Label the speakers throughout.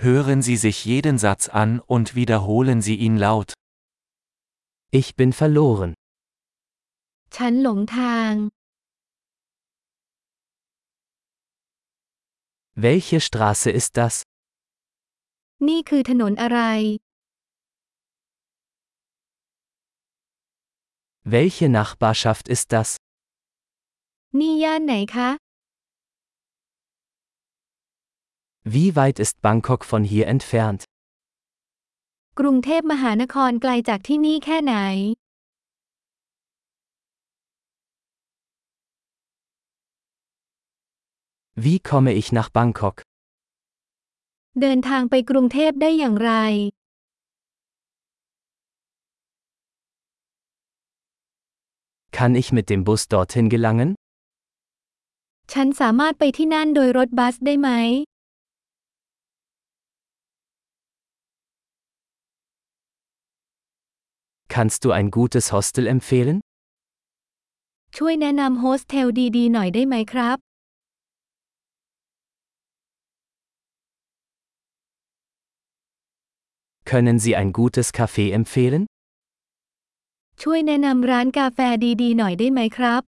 Speaker 1: Hören Sie sich jeden Satz an und wiederholen Sie ihn laut.
Speaker 2: Ich bin verloren.
Speaker 3: ฉันหลงทาง
Speaker 2: Welche Straße ist das?
Speaker 3: นี่คือถนนอะไร
Speaker 2: Welche Nachbarschaft ist das?
Speaker 3: นี่ย่านไหนคะ
Speaker 2: Wie weit ist Bangkok von hier entfernt?
Speaker 3: กรุงเทพมหานครไกลจากที่นี่แค่ไหน
Speaker 2: Wie komme ich nach Bangkok?
Speaker 3: เดินทางไปกรุงเทพได้อย่างไร
Speaker 2: Kann ich mit dem Bus dorthin gelangen?
Speaker 3: ฉันสามารถไปที่นั่นโดยรถบัสได้ไหม
Speaker 2: Kannst du ein gutes Hostel empfehlen?
Speaker 3: ช่วยแนะนำโฮสเทลดีๆ หน่อยได้ไหมครับ
Speaker 2: Können Sie ein gutes Café empfehlen?
Speaker 3: ช่วยแนะนำร้านกาแฟดีๆ หน่อยได้ไหมครับ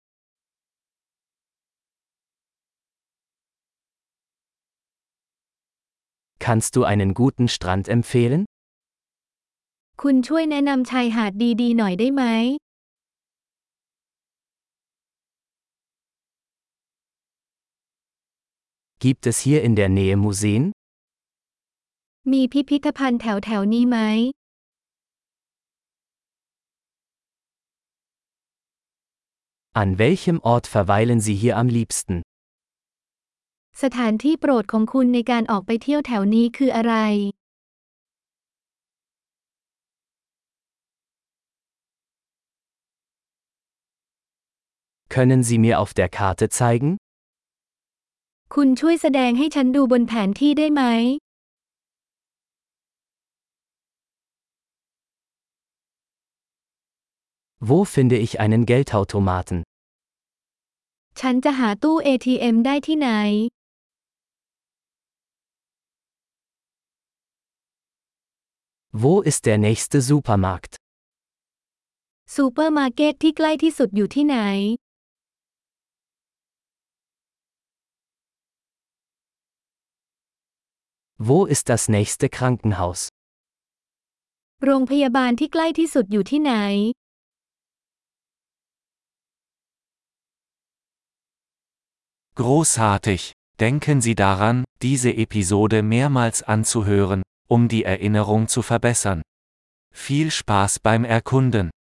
Speaker 2: Kannst du einen guten Strand empfehlen?
Speaker 3: คุณช่วยแนะนำชายหาดดีๆ หน่อยได้ไหม
Speaker 2: Gibt es hier in der Nähe Museen?
Speaker 3: มีพิพิธภัณฑ์แถวแถวๆนี้ไหม
Speaker 2: An welchem Ort verweilen Sie hier am liebsten?
Speaker 3: สถานที่โปรดของคุณในการออกไปเที่ยวแถวนี้คืออะไร
Speaker 2: Können Sie mir auf der Karte zeigen?
Speaker 3: คุณช่วยแสดงให้ฉันดูบนแผนที่ได้ไหม
Speaker 2: Wo finde ich einen Geldautomaten?
Speaker 3: ฉันจะหาตู้ ATM ได้ที่ไหน
Speaker 2: Wo ist der nächste Supermarkt?
Speaker 3: ซูเปอร์มาร์เก็ตที่ใกล้ที่สุดอยู่ที่ไหน
Speaker 2: Wo ist das nächste Krankenhaus?
Speaker 3: โรงพยาบาลที่ใกล้ที่สุดอยู่ที่ไหน
Speaker 1: Großartig! Denken Sie daran, diese Episode mehrmals anzuhören, um die Erinnerung zu verbessern. Viel Spaß beim Erkunden!